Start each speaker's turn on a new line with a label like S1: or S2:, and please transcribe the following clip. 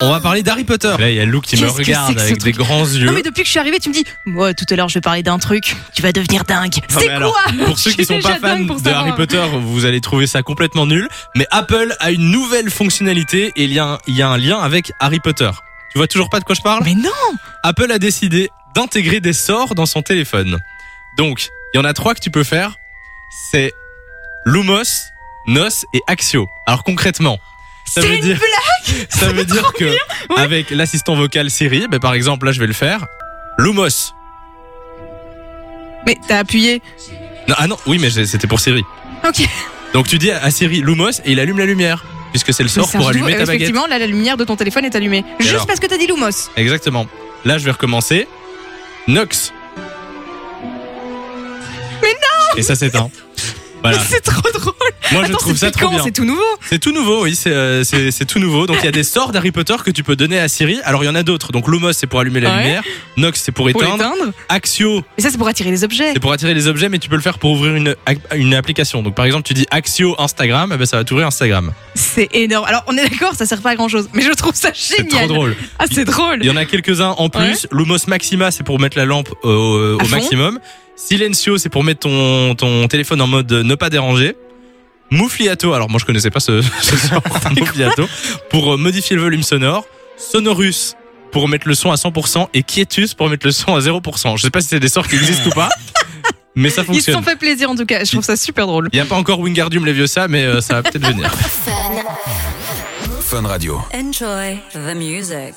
S1: On va parler d'Harry Potter.
S2: Là, il y a Luke qui me
S3: Qu'est-ce que c'est
S2: regarde
S3: que ce
S2: avec des
S3: truc
S2: grands yeux.
S3: Non mais depuis que je suis arrivée, tu me dis, moi tout à l'heure je vais parler d'un truc, tu vas devenir dingue.
S2: Non,
S3: C'est
S2: mais
S3: quoi
S2: alors, Pour ceux
S3: Je
S2: qui
S3: suis
S2: sont pas
S3: déjà
S2: fans
S3: dingue pour
S2: de
S3: savoir.
S2: Harry Potter, vous allez trouver ça complètement nul. Mais Apple a une nouvelle fonctionnalité et il y a un, il y a un lien avec Harry Potter. Tu vois toujours pas de quoi je parle
S3: Mais non
S2: Apple a décidé d'intégrer des sorts dans son téléphone. Donc, il y en a trois que tu peux faire. C'est Lumos, Nos et Axio. Alors concrètement, ça
S3: C'est
S2: veut
S3: une
S2: dire,
S3: blague
S2: ça veut dire que
S3: ouais.
S2: avec l'assistant vocal Siri, ben, par exemple, là je vais le faire. Lumos.
S3: Mais t'as appuyé.
S2: Non, ah non, oui, mais j'ai- c'était pour Siri.
S3: Ok.
S2: Donc tu dis à Siri Lumos et il allume la lumière, puisque c'est le sort pour allumer ta baguette.
S3: effectivement, là la lumière de ton téléphone est allumée. Juste
S2: alors
S3: parce que t'as dit Lumos.
S2: Exactement. Là, je vais recommencer. Nox.
S3: Mais
S2: non Et ça s'éteint. Voilà.
S3: C'est trop drôle.
S2: Moi, je
S3: Attends,
S2: trouve
S3: c'est
S2: ça
S3: depuis
S2: trop
S3: quand
S2: bien.
S3: C'est tout nouveau.
S2: C'est tout nouveau, oui, c'est euh, c'est- c'est tout nouveau. Donc il y a des sorts d'Harry Potter que tu peux donner à Siri. Alors il y en a d'autres. Donc Lumos, c'est pour allumer la
S3: Ouais.
S2: lumière. Nox, c'est pour
S3: Pour
S2: éteindre.
S3: l'éteindre.
S2: Axio,
S3: Mais ça c'est pour attirer les objets.
S2: c'est pour attirer les objets, mais tu peux le faire pour ouvrir une, une application. Donc par exemple, tu dis Axio Instagram, eh ben, ça va t'ouvrir Instagram.
S3: C'est énorme. Alors on est d'accord, ça sert pas à grand chose. Mais je trouve ça
S2: C'est
S3: génial.
S2: trop drôle.
S3: Ah c'est drôle.
S2: Il y en a quelques-uns en plus. Lumos Maxima, c'est pour mettre la lampe au, au
S3: À fond.
S2: maximum. Silencio, c'est pour mettre ton, ton téléphone en mode euh, ne pas déranger. Moufliato, alors moi je connaissais pas ce, ce sort. Moufliato, pour euh, modifier le volume sonore. Sonorus, pour mettre le son à 100%. Et Quietus, pour mettre le son à 0%. Je sais pas si c'est des sorts qui existent ou pas, mais ça
S3: Ils se
S2: fonctionne.
S3: sont fait plaisir en tout cas. Je trouve ça super drôle.
S2: Il n'y a pas encore Wingardium Leviosa, mais euh, ça va peut-être venir.
S4: Enjoy the music.